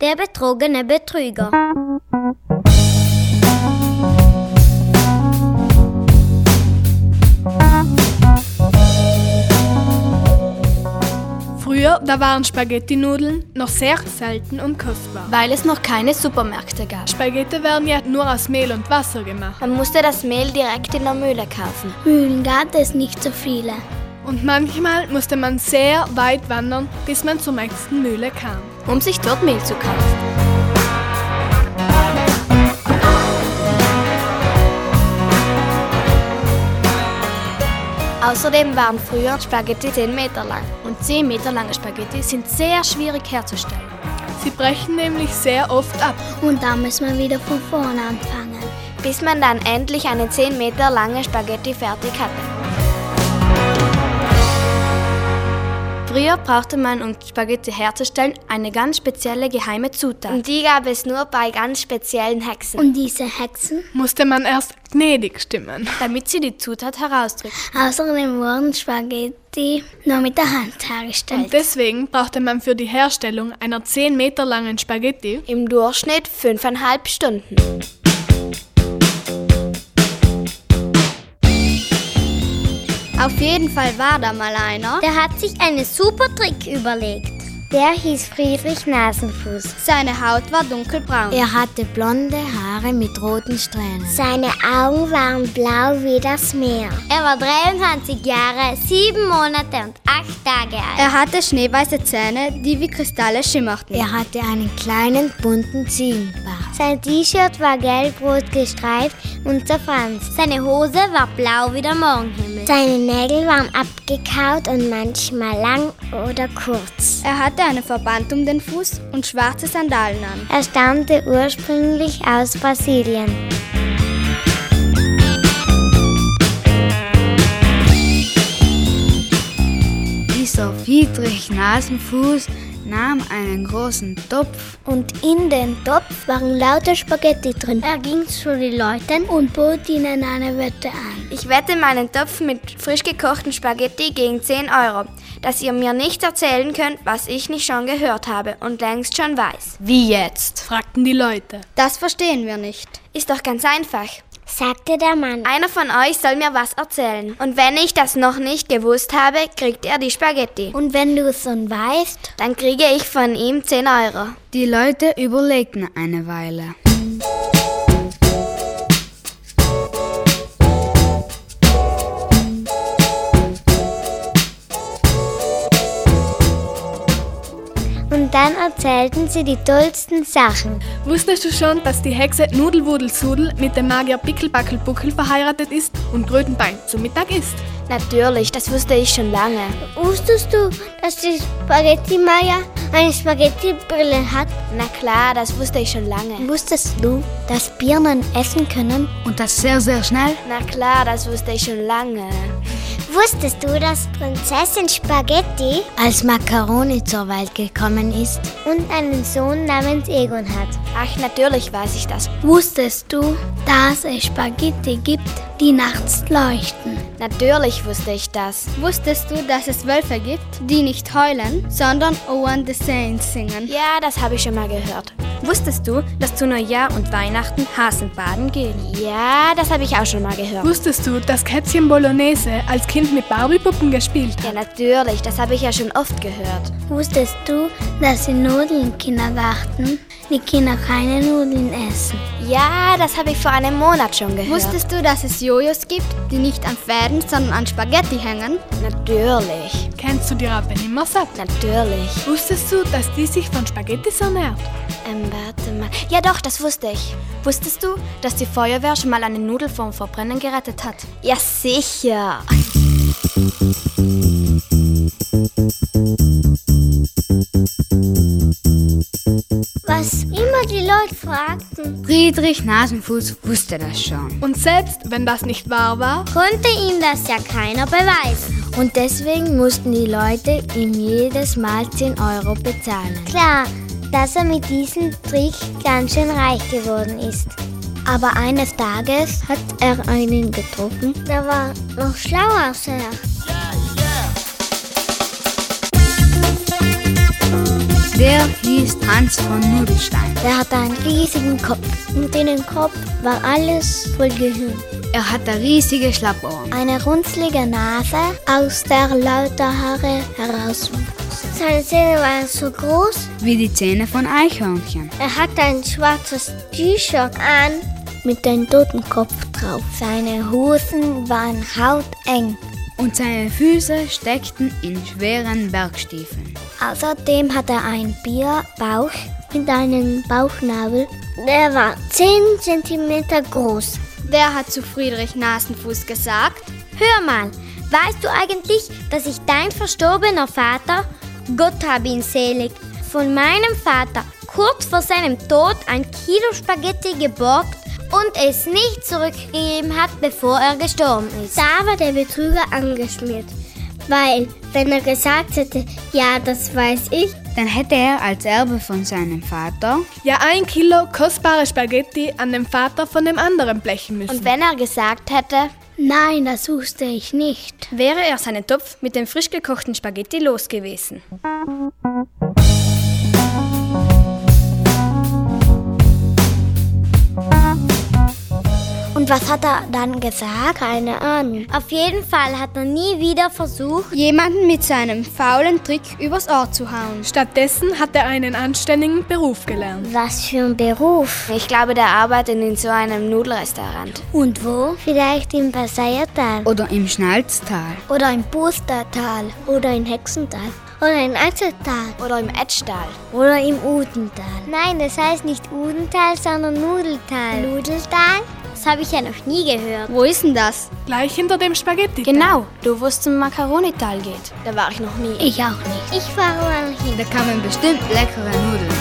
Der betrogene Betrüger. Früher, da waren Spaghetti-Nudeln noch sehr selten und kostbar. weil es noch keine Supermärkte gab. Spaghetti werden ja nur aus Mehl und Wasser gemacht. Man musste das Mehl direkt in der Mühle kaufen. Mühlen gab es nicht so viele. Und manchmal musste man sehr weit wandern, bis man zur nächsten Mühle kam. um sich dort Mehl zu kaufen. Außerdem waren früher Spaghetti 10 Meter lang und 10 Meter lange Spaghetti sind sehr schwierig herzustellen. Sie brechen nämlich sehr oft ab. Und da muss man wieder von vorne anfangen. bis man dann endlich eine 10 Meter lange Spaghetti fertig hatte. Früher brauchte man, um Spaghetti herzustellen, eine ganz spezielle geheime Zutat. Und die gab es nur bei ganz speziellen Hexen, Und diese Hexen? Musste man erst gnädig stimmen. damit sie die Zutat herausdrückt. Außerdem wurden Spaghetti nur mit der Hand hergestellt. Und deswegen brauchte man für die Herstellung einer 10 Meter langen Spaghetti Im Durchschnitt fünfeinhalb Stunden. Auf jeden Fall war da mal einer. Der hat sich einen super Trick überlegt. Der hieß Friedrich Nasenfuß. Seine Haut war dunkelbraun. Er hatte blonde Haare mit roten Strähnen. Seine Augen waren blau wie das Meer. Er war 23 Jahre, 7 Monate und 8 Tage alt. Er hatte schneeweiße Zähne, die wie Kristalle schimmerten. Er hatte einen kleinen bunten Ziegenbart. Sein T-Shirt war gelb-rot gestreift und zerfranst. Seine Hose war blau wie der Morgenhimmel. Seine Nägel waren abgekaut und manchmal lang oder kurz. Er hatte einen Verband um den Fuß und schwarze Sandalen an. Er stammte ursprünglich aus Brasilien. Dieser Friedrich Nasenfuß nahm einen großen Topf Und in den Topf waren lauter Spaghetti drin. Er ging zu den Leuten und bot ihnen eine Wette an. Ich wette meinen Topf mit frisch gekochten Spaghetti gegen 10 Euro, dass ihr mir nicht erzählen könnt, was ich nicht schon gehört habe und längst schon weiß. Wie jetzt? fragten die Leute. Das verstehen wir nicht. Ist doch ganz einfach. Sagte der Mann. Einer von euch soll mir was erzählen. Und wenn ich das noch nicht gewusst habe, kriegt er die Spaghetti. Und wenn du es schon weißt, Dann kriege ich von ihm 10 Euro. Die Leute überlegten eine Weile. und dann erzählten sie die tollsten Sachen. Wusstest du schon, dass die Hexe Nudelwudelsudel mit dem Magier Pickelbackelbuckel verheiratet ist und Rötenbein zu Mittag isst? Natürlich, das wusste ich schon lange. Wusstest du, dass die Spaghetti-Maya eine Spaghetti-Brille hat? Na klar, das wusste ich schon lange. Wusstest du, dass Birnen essen können? Und das sehr, sehr schnell. Na klar, das wusste ich schon lange. Wusstest du, dass Prinzessin Spaghetti Als Macaroni zur Welt gekommen ist, und einen Sohn namens Egon hat? Ach, natürlich weiß ich das. Wusstest du, dass es Spaghetti gibt, die nachts leuchten? Natürlich wusste ich das. Wusstest du, dass es Wölfe gibt, die nicht heulen, sondern Owen the Saints singen? Ja, das habe ich schon mal gehört. Wusstest du, dass zu Neujahr und Weihnachten Hasen baden gehen? Ja, das habe ich auch schon mal gehört. Wusstest du, dass Kätzchen Bolognese als Kind mit Barbiepuppen gespielt hat? Ja, natürlich, das habe ich ja schon oft gehört. Wusstest du, dass in Nudeln-Kindergarten die Kinder keine Nudeln essen? Ja, das habe ich vor einem Monat schon gehört. Wusstest du, dass es Jojos gibt, die nicht an Pferden, sondern an Spaghetti hängen? Natürlich, Kennst du die Rappe nimmer satt? natürlich. Wusstest du, dass die sich von Spaghetti ernährt? Ähm, warte mal. Ja doch, das wusste ich. Wusstest du, dass die Feuerwehr schon mal eine Nudel vom Verbrennen gerettet hat? Ja, sicher. Was immer die Leute fragten, Friedrich Nasenfuß wusste das schon. Und selbst wenn das nicht wahr war, konnte ihm das ja keiner beweisen. Und deswegen mussten die Leute ihm jedes Mal 10 Euro bezahlen. Klar, dass er mit diesem Trick ganz schön reich geworden ist. Aber eines Tages hat er einen getroffen, der war noch schlauer als er. Der Erfinder hieß Hans von Nudelstein. Der hatte einen riesigen Kopf. Und in dem Kopf war alles voll Gehirn. Er hatte riesige Schlappohren. Eine runzlige Nase, aus der lauter Haare herauswuchsen. Seine Zähne waren so groß. Wie die Zähne von Eichhörnchen. Er hatte ein schwarzes T-Shirt an mit einem Totenkopf drauf. Seine Hosen waren hauteng. Und seine Füße steckten in schweren Bergstiefeln. Außerdem hatte er einen Bierbauch mit einem Bauchnabel. Der war 10 cm groß. Wer hat zu Friedrich Nasenfuß gesagt? Hör mal, weißt du eigentlich, dass ich dein verstorbener Vater, Gott hab ihn selig, von meinem Vater kurz vor seinem Tod ein Kilo Spaghetti geborgt und es nicht zurückgegeben hat, bevor er gestorben ist. Da war der Betrüger angeschmiert, weil wenn er gesagt hätte, ja, das weiß ich, Dann hätte er als Erbe von seinem Vater Ja, ein Kilo kostbare Spaghetti an dem Vater von dem anderen blechen müssen. Und wenn er gesagt hätte, nein, das wusste ich nicht. wäre er seinen Topf mit dem frisch gekochten Spaghetti los gewesen. Und was hat er dann gesagt? Keine Ahnung. Auf jeden Fall hat er nie wieder versucht, Jemanden mit seinem faulen Trick übers Ohr zu hauen. Stattdessen hat er einen anständigen Beruf gelernt. was für ein Beruf. Ich glaube, der arbeitet in so einem Nudelrestaurant. Und wo? Vielleicht im Versaillertal oder im Schnalztal. oder im Pustertal oder im Hexental oder im Eizeltal Oder im Edstall. oder im Udental. Nein, das heißt nicht Udental, sondern Nudeltal. Nudeltal? Das habe ich ja noch nie gehört. Wo ist denn das? Gleich hinter dem Spaghetti. Genau, du wo es zum Macaronital geht. Da war ich noch nie. Ich auch nicht. Ich fahre mal hin. Da kamen bestimmt leckere Nudeln.